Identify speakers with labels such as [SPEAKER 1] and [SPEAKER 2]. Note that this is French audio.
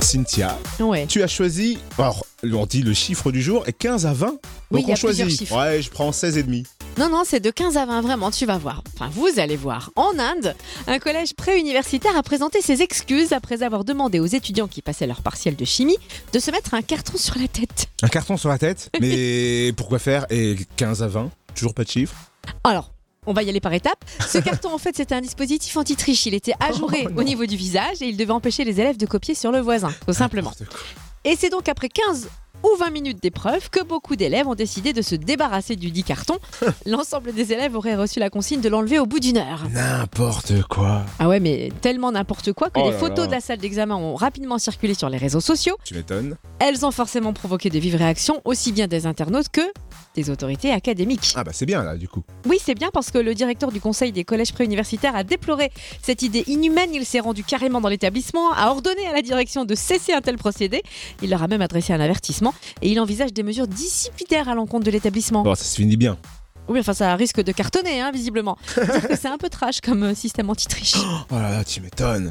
[SPEAKER 1] Cynthia,
[SPEAKER 2] Ouais.
[SPEAKER 1] tu as choisi, alors on dit le chiffre du jour, est 15 à 20. Donc
[SPEAKER 2] Oui, il y
[SPEAKER 1] on
[SPEAKER 2] a plusieurs
[SPEAKER 1] choisit.
[SPEAKER 2] chiffres.
[SPEAKER 1] Ouais, je prends 16 et demi.
[SPEAKER 2] Non, non, c'est de 15 à 20, vraiment, tu vas voir. Enfin, vous allez voir. En Inde, un collège préuniversitaire a présenté ses excuses après avoir demandé aux étudiants qui passaient leur partiel de chimie de se mettre un carton sur la tête.
[SPEAKER 1] Un carton sur la tête, mais pourquoi faire Et 15 à 20, toujours pas de chiffre.
[SPEAKER 2] Alors, on va y aller par étapes. Ce carton, en fait, c'était un dispositif anti-triche. Il était ajouré au niveau du visage et il devait empêcher les élèves de copier sur le voisin, tout simplement.
[SPEAKER 1] N'importe quoi.
[SPEAKER 2] Et c'est donc après 15 ou 20 minutes d'épreuve que beaucoup d'élèves ont décidé de se débarrasser du dit carton. L'ensemble des élèves auraient reçu la consigne de l'enlever au bout d'une heure.
[SPEAKER 1] N'importe quoi.
[SPEAKER 2] Ah ouais, mais tellement n'importe quoi que
[SPEAKER 1] Oh
[SPEAKER 2] les
[SPEAKER 1] là
[SPEAKER 2] photos
[SPEAKER 1] là.
[SPEAKER 2] de la salle d'examen ont rapidement circulé sur les réseaux sociaux.
[SPEAKER 1] Tu m'étonnes.
[SPEAKER 2] Elles ont forcément provoqué de vives réactions, aussi bien des internautes que des autorités académiques.
[SPEAKER 1] Ah bah c'est bien là du coup.
[SPEAKER 2] Oui, c'est bien parce que le directeur du conseil des collèges préuniversitaires a déploré cette idée inhumaine. Il s'est rendu carrément dans l'établissement, a ordonné à la direction de cesser un tel procédé. Il leur a même adressé un avertissement et il envisage des mesures disciplinaires à l'encontre de l'établissement.
[SPEAKER 1] Bon, ça se finit bien.
[SPEAKER 2] Oui, enfin, ça risque de cartonner, hein, visiblement. Dire que c'est un peu trash comme euh, système anti-triche.
[SPEAKER 1] Oh là là, tu m'étonnes.